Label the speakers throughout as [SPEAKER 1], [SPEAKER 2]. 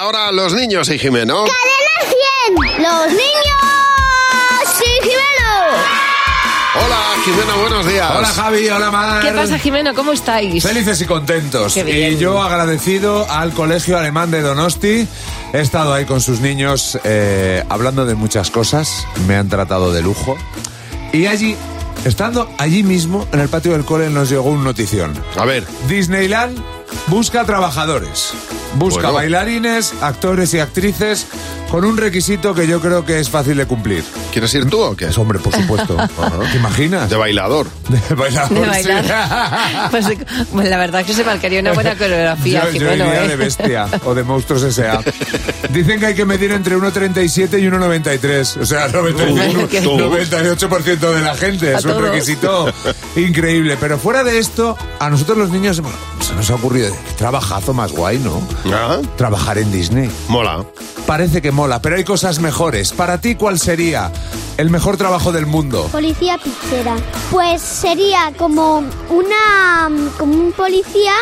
[SPEAKER 1] ahora los niños y Jimeno.
[SPEAKER 2] ¡Cadena 100! ¡Los niños! ¡Sí,
[SPEAKER 1] Hola, Jimeno, buenos días.
[SPEAKER 3] Hola Javi, hola Mar.
[SPEAKER 4] ¿Qué pasa, Jimeno? ¿Cómo estáis?
[SPEAKER 3] Felices y contentos.
[SPEAKER 4] Qué bien.
[SPEAKER 3] Y yo agradecido al Colegio Alemán de Donosti. He estado ahí con sus niños eh, hablando de muchas cosas. Me han tratado de lujo. Y allí, estando allí mismo, en el patio del cole, nos llegó un notición.
[SPEAKER 1] A ver,
[SPEAKER 3] Disneyland busca trabajadores. Busca
[SPEAKER 1] Bueno.
[SPEAKER 3] bailarines, actores y actrices con un requisito que yo creo que es fácil de cumplir.
[SPEAKER 1] ¿quieres ir tú o qué?
[SPEAKER 3] Es hombre, por supuesto. ¿Te imaginas?
[SPEAKER 1] De bailador.
[SPEAKER 3] De bailador,
[SPEAKER 4] De
[SPEAKER 3] sí.
[SPEAKER 4] bailar. Pues, eh, pues la verdad es que se marcaría una buena coreografía,
[SPEAKER 3] Yo, yo
[SPEAKER 4] Jimeno,
[SPEAKER 3] iría
[SPEAKER 4] ¿eh?
[SPEAKER 3] de bestia o de monstruos S.A. Dicen que hay que medir entre 1,37 y 1,93. O sea, 91,
[SPEAKER 4] Qué-
[SPEAKER 3] 98% de la gente.
[SPEAKER 4] A
[SPEAKER 3] Es un
[SPEAKER 4] todos.
[SPEAKER 3] requisito increíble. Pero fuera de esto, a nosotros los niños bueno, se nos ha ocurrido qué trabajazo más guay, ¿no?
[SPEAKER 1] Ah,
[SPEAKER 3] Trabajar en Disney.
[SPEAKER 1] Mola.
[SPEAKER 3] Parece que mola, pero hay cosas mejores. Para ti, ¿cuál sería el mejor trabajo del mundo?
[SPEAKER 2] Policía pizzera. Pues sería como una como un policía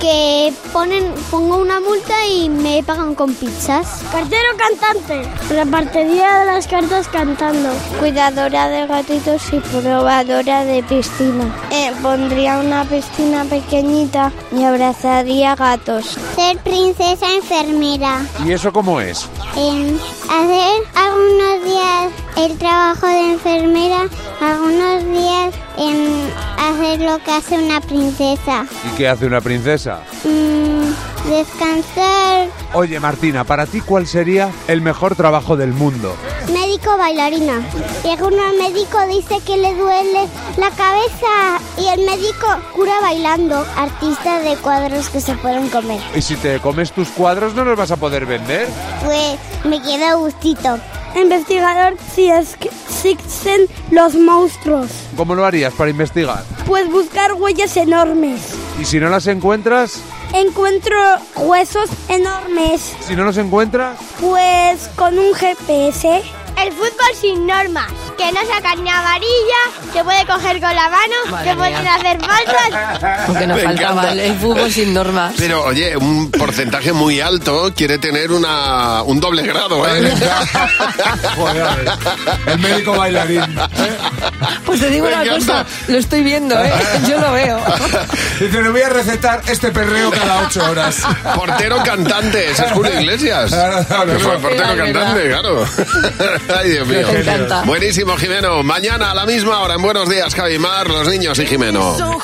[SPEAKER 2] que ponen pongo una multa y me pagan con pizzas. Cartero cantante. Repartiría las cartas cantando. Cuidadora de gatitos y probadora de piscina. Eh, pondría una piscina pequeñita y abrazaría gatos. Ser princesa enfermera.
[SPEAKER 3] ¿Y eso cómo es?
[SPEAKER 2] En hacer algunos días el trabajo de enfermera, algunos días en hacer lo que hace una princesa.
[SPEAKER 3] ¿Y qué hace una princesa?
[SPEAKER 2] Mm, descansar.
[SPEAKER 3] Oye, Martina, para ti, ¿cuál sería el mejor trabajo del mundo?
[SPEAKER 2] Médico bailarina. Llega un médico, dice que le duele la cabeza y el médico cura bailando. Artista de cuadros que se pueden comer.
[SPEAKER 3] Y si te comes tus cuadros, no los vas a poder vender.
[SPEAKER 2] Pues me queda gustito.
[SPEAKER 5] Investigador si es que existen los monstruos.
[SPEAKER 3] ¿Cómo lo harías para investigar?
[SPEAKER 5] Pues buscar huellas enormes.
[SPEAKER 3] Y si no las encuentras,
[SPEAKER 5] Encuentro huesos enormes.
[SPEAKER 3] si no los encuentras,
[SPEAKER 5] Pues con un GPS.
[SPEAKER 2] El fútbol sin normas, que no sacan ni amarilla, que puede coger con la mano,
[SPEAKER 4] Madre que mía. pueden
[SPEAKER 2] hacer faltas.
[SPEAKER 4] Porque nos
[SPEAKER 1] Me
[SPEAKER 4] faltaba
[SPEAKER 1] encanta.
[SPEAKER 4] el fútbol sin normas.
[SPEAKER 1] Pero oye, un porcentaje muy alto quiere tener una, un doble grado, ¿eh?
[SPEAKER 3] Joder, a ver. el médico bailarín.
[SPEAKER 4] Pues te digo
[SPEAKER 1] Me
[SPEAKER 4] una
[SPEAKER 1] encanta.
[SPEAKER 4] cosa, lo estoy viendo, ¿eh? Yo lo veo.
[SPEAKER 3] Dice, le voy a recetar este perreo cada ocho horas.
[SPEAKER 1] Portero cantante, ese es Julio Iglesias.
[SPEAKER 3] Claro, claro,
[SPEAKER 1] Que fue
[SPEAKER 3] claro.
[SPEAKER 1] portero
[SPEAKER 4] Era
[SPEAKER 1] cantante, claro. Ay, Dios mío.
[SPEAKER 4] Me encanta.
[SPEAKER 1] Buenísimo, Jimeno. Mañana a la misma hora en Buenos Días, Javi Mar, los niños y Jimeno.